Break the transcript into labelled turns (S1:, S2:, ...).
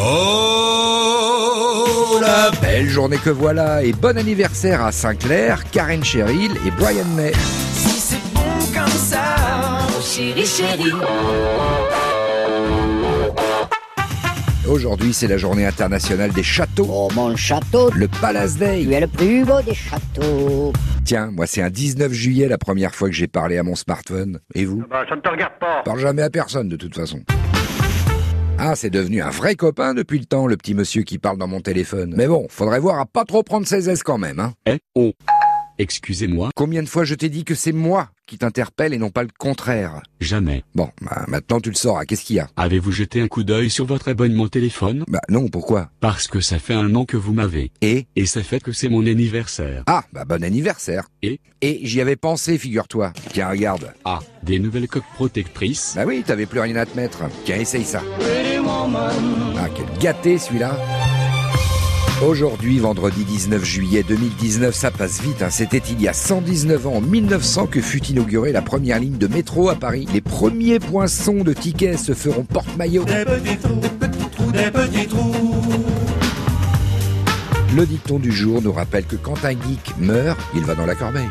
S1: Oh, la belle journée que voilà et bon anniversaire à Sinclair, Karen Cheryl et Brian May.
S2: Si c'est bon comme ça, chérie, chérie.
S1: Aujourd'hui, c'est la journée internationale des châteaux,
S3: Oh mon château,
S1: le Palace
S3: tu
S1: Day.
S3: es le plus beau des châteaux.
S1: Tiens, moi c'est un 19 juillet la première fois que j'ai parlé à mon smartphone. Et vous
S4: Bah, ça ne te regarde pas.
S1: Parle jamais à personne de toute façon. Ah, c'est devenu un vrai copain depuis le temps, le petit monsieur qui parle dans mon téléphone. Mais bon, faudrait voir à pas trop prendre ses aises quand même, hein.
S5: Eh, oh. Excusez-moi,
S1: Combien de fois je t'ai dit que c'est moi qui t'interpelle et non pas le contraire
S5: jamais.
S1: Bon, bah, maintenant tu le sauras, qu'est-ce qu'il y a
S5: Avez-vous jeté un coup d'œil sur votre abonnement téléphone
S1: Bah non, pourquoi
S5: Parce que ça fait un an que vous m'avez.
S1: Et
S5: Et ça fait que c'est mon anniversaire.
S1: Ah, bah bon anniversaire
S5: Et
S1: Et j'y avais pensé, figure-toi. Tiens, regarde.
S5: Ah, des nouvelles coques protectrices
S1: Bah oui, t'avais plus rien à te mettre. Tiens, essaye ça. Ah, quel gâté celui-là Aujourd'hui, vendredi 19 juillet 2019, ça passe vite. hein. C'était il y a 119 ans, en 1900, que fut inaugurée la première ligne de métro à Paris. Les premiers poinçons de tickets se feront porte-maillot.
S2: Des petits trous, des petits trous, des petits trous.
S1: Le dicton du jour nous rappelle que quand un geek meurt, il va dans la corbeille.